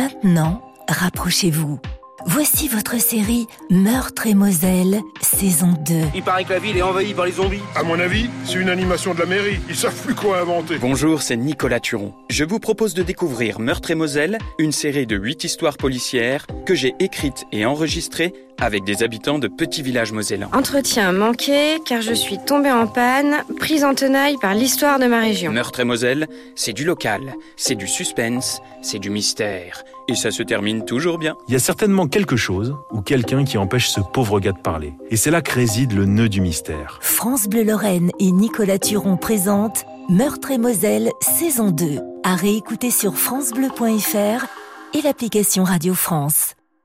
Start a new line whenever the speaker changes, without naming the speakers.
Maintenant, rapprochez-vous. Voici votre série Meurtre et Moselle, saison 2.
Il paraît que la ville est envahie par les zombies.
À mon avis, c'est une animation de la mairie. Ils savent plus quoi inventer.
Bonjour, c'est Nicolas Turon. Je vous propose de découvrir Meurtre et Moselle, une série de 8 histoires policières que j'ai écrites et enregistrées avec des habitants de petits villages mosellans.
Entretien manqué car je suis tombée en panne, prise en tenaille par l'histoire de ma région.
Meurtre et Moselle, c'est du local, c'est du suspense, c'est du mystère. Et ça se termine toujours bien.
Il y a certainement quelque chose ou quelqu'un qui empêche ce pauvre gars de parler. Et c'est là que réside le nœud du mystère.
France Bleu Lorraine et Nicolas Turon présentent Meurtre et Moselle, saison 2. À réécouter sur FranceBleu.fr et l'application Radio France.